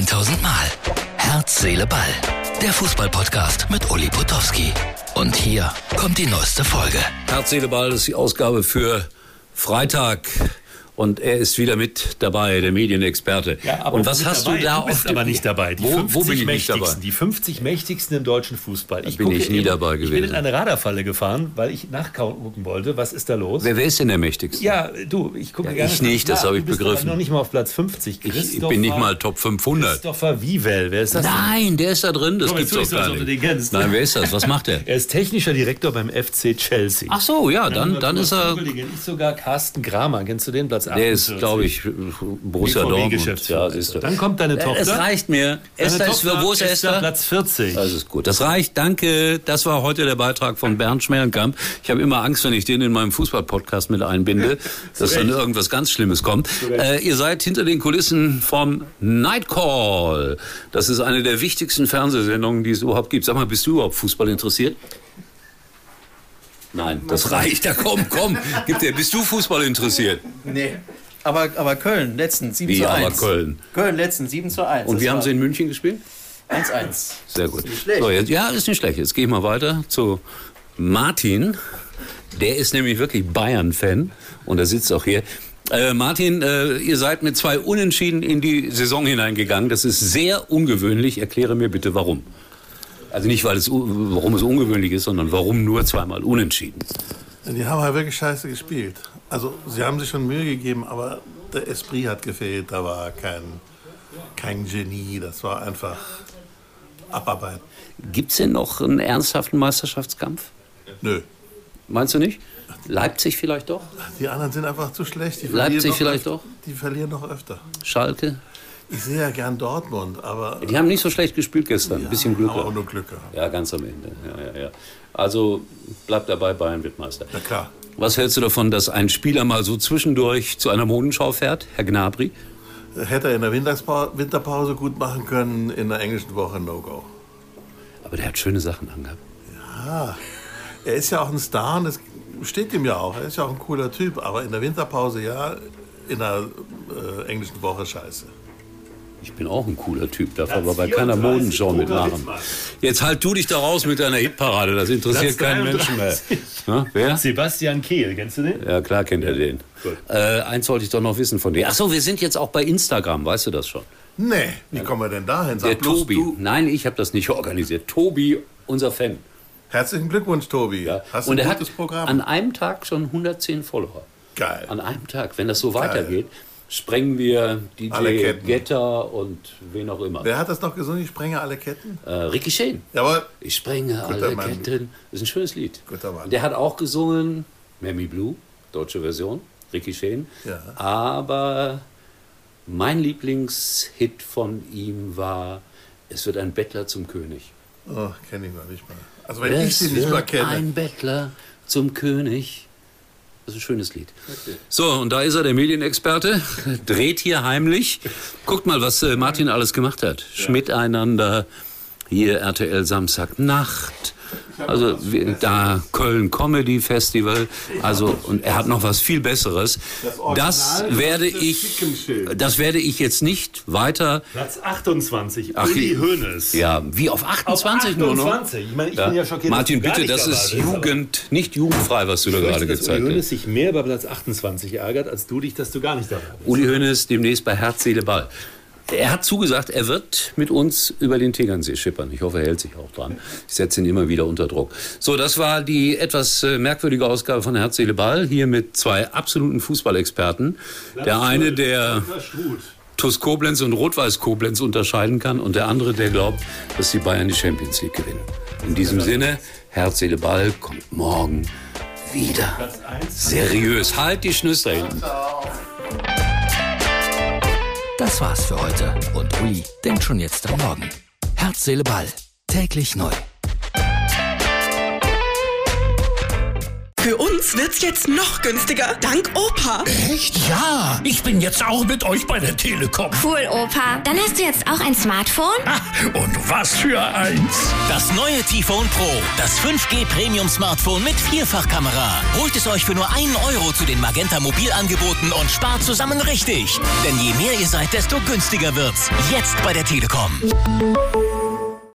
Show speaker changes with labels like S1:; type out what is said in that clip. S1: 1000 Mal. Herz, Seele, Ball. Der Fußballpodcast mit Uli Potowski. Und hier kommt die neueste Folge.
S2: Herz, Seele, Ball ist die Ausgabe für Freitag. Und er ist wieder mit dabei, der Medienexperte. und was
S3: mit
S2: hast
S3: dabei?
S2: du da
S3: du bist
S2: auf dem-
S3: aber nicht dabei. Die
S2: Wo- wo
S3: 50
S2: bin ich nicht
S3: mächtigsten,
S2: dabei?
S3: Die 50 mächtigsten im deutschen Fußball.
S2: bin
S3: gucke
S2: ich nie
S3: eben-
S2: dabei
S3: Ich bin
S2: gewesen.
S3: in eine Radarfalle gefahren, weil ich nachgucken wollte. Was ist da los?
S2: Wer, wer ist denn der Mächtigste?
S3: ja, du, ich gucke
S2: Ja,
S3: gerne.
S2: ich nicht, das
S3: nach.
S2: habe ich
S3: Du bist
S2: begriffen.
S3: aber noch nicht mal auf Platz 50.
S2: ich
S3: Christopher-
S2: bin nicht mal Top 500.
S3: Christopher Wiewell, wer ist das? denn?
S2: Nein, der ist da drin. Das
S3: Guck mal,
S2: gibt's
S3: jetzt
S2: doch
S3: tust du so,
S2: gar
S3: als ob du
S2: nicht.
S3: den kennst.
S2: Nein, wer ist das? Was macht der?
S3: Er ist technischer Direktor beim FC Chelsea.
S2: Ach so, ja, Ah, dann, dann ist er.
S3: Ich sogar Carsten Kramer. Kennst du den Platz
S2: Der ist,
S3: 48.
S2: glaube ich, Borussia Dortmund.
S3: BVB-Geschäftsführer.
S2: Ja, siehst du.
S3: Dann kommt deine Tochter.
S2: Es reicht mir.
S3: Deine
S2: Esther ist,
S3: Tochter
S2: wo ist
S3: da
S2: Esther? Also,
S3: Platz 40.
S2: Das ist gut. Das reicht. Danke. Das war heute der Beitrag von Bernd Schmerenkamp. Ich habe immer Angst, wenn ich den in meinem Fußball-Podcast mit einbinde, dass dann irgendwas ganz Schlimmes kommt. Äh, ihr seid hinter den Kulissen vom Nightcall. Das ist eine der wichtigsten Fernsehsendungen, die es überhaupt gibt. Sag mal, bist du überhaupt Fußball interessiert? Nein, das reicht. Da komm, komm. Gib dir, bist du Fußball interessiert?
S4: Nee. Aber, aber Köln, letztens 7
S2: Wie,
S4: zu
S2: aber
S4: 1.
S2: Köln?
S4: Köln, letztens 7 zu 1.
S2: Und wie haben sie in München gespielt?
S4: 1-1.
S2: Sehr gut.
S4: nicht schlecht.
S2: So, jetzt, ja, ist nicht schlecht. Jetzt gehe ich mal weiter zu Martin. Der ist nämlich wirklich Bayern-Fan und er sitzt auch hier. Äh, Martin, äh, ihr seid mit zwei Unentschieden in die Saison hineingegangen. Das ist sehr ungewöhnlich. Erkläre mir bitte, warum. Also nicht, weil es, u- warum es ungewöhnlich ist, sondern warum nur zweimal unentschieden.
S5: Die haben halt wirklich scheiße gespielt. Also sie haben sich schon Mühe gegeben, aber der Esprit hat gefehlt. Da war kein, kein Genie. Das war einfach Abarbeiten.
S2: Gibt es denn noch einen ernsthaften Meisterschaftskampf?
S5: Nö.
S2: Meinst du nicht? Leipzig vielleicht doch?
S5: Die anderen sind einfach zu schlecht. Die
S2: Leipzig
S5: verlieren noch
S2: vielleicht
S5: öf-
S2: auch?
S5: Die verlieren noch öfter.
S2: Schalke?
S5: Ich sehe ja gern Dortmund, aber
S2: Die haben nicht so schlecht gespielt gestern. Ein bisschen Glück.
S5: aber
S2: gehabt.
S5: auch nur Glück gehabt.
S2: Ja, ganz am Ende. Ja, ja, ja. Also bleibt dabei, Bayern wird Meister.
S5: Na klar.
S2: Was hältst du davon, dass ein Spieler mal so zwischendurch zu einer Modenschau fährt, Herr Gnabry?
S5: Hätte er in der Winterspau- Winterpause gut machen können, in der englischen Woche No-Go.
S2: Aber der hat schöne Sachen angehabt.
S5: Er ist ja auch ein Star und das steht ihm ja auch. Er ist ja auch ein cooler Typ, aber in der Winterpause ja, in der äh, englischen Woche scheiße.
S2: Ich bin auch ein cooler Typ, darf aber bei keiner Modenschau mitmachen. Jetzt halt du dich da raus mit deiner Hitparade, das interessiert
S3: Platz
S2: keinen Menschen mehr.
S3: 33.
S2: Ja, wer?
S3: Sebastian Kehl, kennst du den?
S2: Ja, klar kennt er den. Äh, eins wollte ich doch noch wissen von dir. Ach so, wir sind jetzt auch bei Instagram, weißt du das schon?
S5: Nee, wie kommen wir denn dahin? Sag
S2: Der
S5: bloß
S2: Tobi.
S5: du.
S2: Nein, ich habe das nicht organisiert. Tobi, unser Fan.
S5: Herzlichen Glückwunsch, Tobi.
S2: Ja.
S5: Hast
S2: und
S5: ein
S2: er
S5: gutes
S2: hat
S5: Programm.
S2: an einem Tag schon 110 Follower.
S5: Geil.
S2: An einem Tag. Wenn das so
S5: Geil.
S2: weitergeht, sprengen wir
S5: Alle
S2: DJ
S5: Ketten.
S2: Getter und wen auch immer.
S5: Wer hat das noch gesungen? Ich sprenge alle Ketten.
S2: Äh, Ricky Shane.
S5: Jawohl.
S2: Ich sprenge
S5: Guter
S2: alle
S5: Mann.
S2: Ketten. Ist ein schönes Lied.
S5: Guter Mann.
S2: Der hat auch gesungen Mammy Blue, deutsche Version, Ricky Shane.
S5: Ja.
S2: Aber mein Lieblingshit von ihm war Es wird ein Bettler zum König.
S5: Oh, kenne ich noch nicht mal. Also wenn ich
S2: Es
S5: sie nicht
S2: wird
S5: mal kenne.
S2: Ein Bettler zum König. Das ist ein schönes Lied. So, und da ist er, der Medienexperte. Dreht hier heimlich. Guckt mal, was äh, Martin alles gemacht hat. Schmidt einander. Hier RTL Samstagnacht. Also wir- da Köln Comedy Festival. Also und er hat noch was viel Besseres. Das
S5: Original
S2: werde
S5: des
S2: ich,
S5: Schickenschild.
S2: das werde ich jetzt nicht weiter.
S3: Platz 28,
S2: Ach,
S3: Uli
S2: ich-
S3: Hoeneß.
S2: Ja, wie auf 28, nur noch.
S3: 28. Ich meine, ich bin ja schockiert.
S2: Martin,
S3: dass du
S2: bitte,
S3: gar
S2: das
S3: nicht
S2: ist
S3: dabei bist, aber-
S2: Jugend, nicht jugendfrei, was du da
S3: Ich
S2: gerade
S3: möchte, dass Uli
S2: gezeigt hast.
S3: Hoeneß sich mehr über Platz 28 ärgert, als du dich, dass du gar nicht dabei bist.
S2: Uli Hoeneß demnächst bei Herz, Seele, Ball. Er hat zugesagt, er wird mit uns über den Tegernsee schippern. Ich hoffe, er hält sich auch dran. Ich setze ihn immer wieder unter Druck. So, das war die etwas äh, merkwürdige Ausgabe von Herz, Seele, Ball. Hier mit zwei absoluten Fußballexperten. Der eine, der TuS Koblenz und Rot-Weiß Koblenz unterscheiden kann und der andere, der glaubt, dass die Bayern die Champions League gewinnen. In diesem Sinne, Herz, Seele, Ball kommt morgen wieder. Seriös. Halt die Schnüsse hinten.
S1: Das war's für heute. Und Uli denkt schon jetzt am Morgen. Herz, Seele, Ball. Täglich neu.
S6: Für uns wird's jetzt noch günstiger, dank Opa.
S1: Echt? Ja, ich bin jetzt auch mit euch bei der Telekom.
S7: Cool, Opa. Dann hast du jetzt auch ein Smartphone?
S1: Ah, Und was für eins.
S8: Das neue T-Phone Pro, das 5G Premium Smartphone mit Vierfachkamera. Holt es euch für nur einen Euro zu den Magenta Mobilangeboten und spart zusammen richtig. Denn je mehr ihr seid, desto günstiger wird's. Jetzt bei der Telekom.